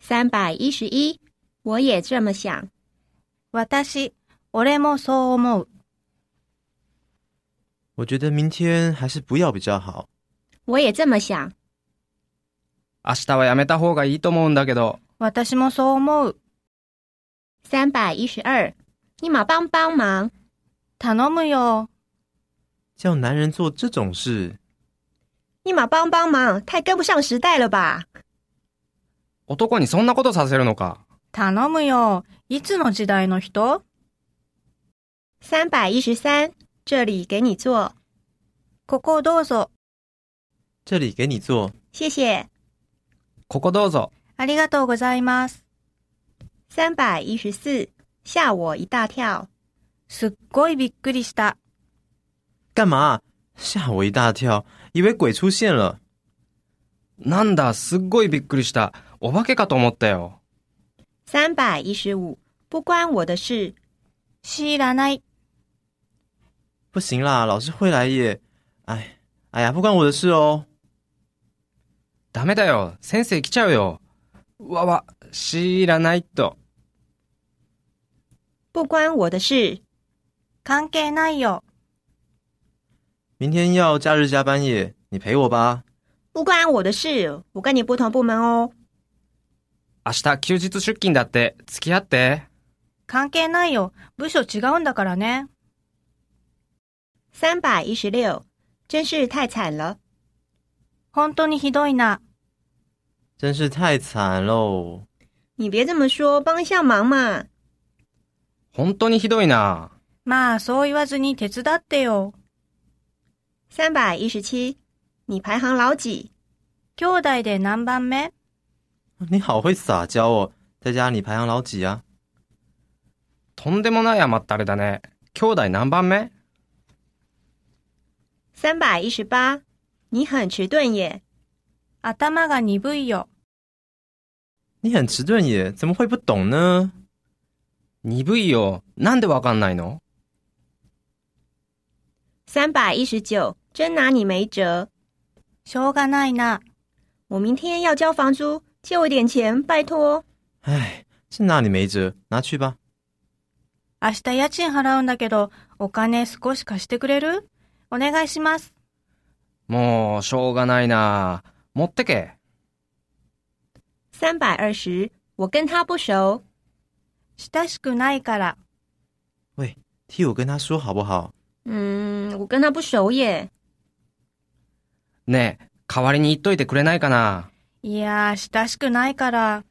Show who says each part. Speaker 1: 三百一十一，我也这么想。
Speaker 2: 私、俺もそう思う。
Speaker 3: 我觉得明天还是不要比较好。
Speaker 1: 我也这么想。
Speaker 4: 明日はやめた方がいいと思うんだけど。
Speaker 2: 私もそう思う。
Speaker 1: 三百一十二，尼玛帮帮忙！
Speaker 2: 頼むよ。
Speaker 3: 叫男人做这种事，
Speaker 1: 尼玛帮帮忙！太跟不上时代了吧？
Speaker 4: 男にそんなことさせるのか。
Speaker 2: 頼むよ。いつの時代の人
Speaker 1: 三百一十三，这里给你做，
Speaker 2: ここどうぞ。
Speaker 3: 这里给你做，
Speaker 1: 谢谢。
Speaker 4: ここどうぞ。
Speaker 2: ありがとうございます。
Speaker 1: 三百一十四，吓我一大跳！
Speaker 2: すっごいびっくりした。
Speaker 3: 干嘛？吓我一大跳，以为鬼出现了。
Speaker 4: なんだ、すっごいびっくりした。お化けかと思ったよ。
Speaker 1: 三百一十五，不关我的事。
Speaker 2: 知らない。
Speaker 3: 不行啦，老师会来耶。哎，哎呀，不关我的事哦。
Speaker 4: ダメだよ。先生来ちゃうよ。うわわ、知らないと。
Speaker 1: 不关我的事。
Speaker 2: 関係ないよ。
Speaker 3: 明天要假日加班耶，你陪我吧。
Speaker 1: 不关我的事，我跟你不同部门哦。
Speaker 4: 明日休日出勤だって、付き合って。
Speaker 2: 関係ないよ。部署違うんだからね。
Speaker 1: 三百一十六，真是太惨了。
Speaker 2: 本当にひどいな。
Speaker 3: 真是太惨喽。
Speaker 1: 你别这么说，帮一下忙嘛。
Speaker 4: 本当にひどいな。
Speaker 2: まあ、そう言わずに手伝ってよ。
Speaker 1: 三百一十七，你排行老几？
Speaker 2: 兄弟で何番目
Speaker 3: 你好会撒娇哦，在家你排行老几啊？
Speaker 4: とんでもない余ったれだね。兄弟何番目
Speaker 1: 三百一十八，你很迟钝耶。
Speaker 2: 頭が鈍いよ。
Speaker 3: 你很迟钝耶，怎么会不懂呢？
Speaker 4: 鈍いよ。なんでわかんないの
Speaker 1: 三百一十九，真拿你没辙。
Speaker 2: しょうがないな。
Speaker 1: 我明天要交房租，借我点钱，拜托。
Speaker 3: 哎，这拿你没辙，拿去吧。
Speaker 2: 明日家賃払うんだけど、お金少し貸してくれるお願いします。
Speaker 4: もう、しょうがないな。持ってけ。
Speaker 1: 三百二十，我跟他不熟。
Speaker 2: 親しくないから。
Speaker 3: 替我跟他说好不好？
Speaker 1: 嗯，我跟他不熟耶。
Speaker 4: ねえ、代わりに言っといてくれないかな。
Speaker 2: いやー、親しくないから。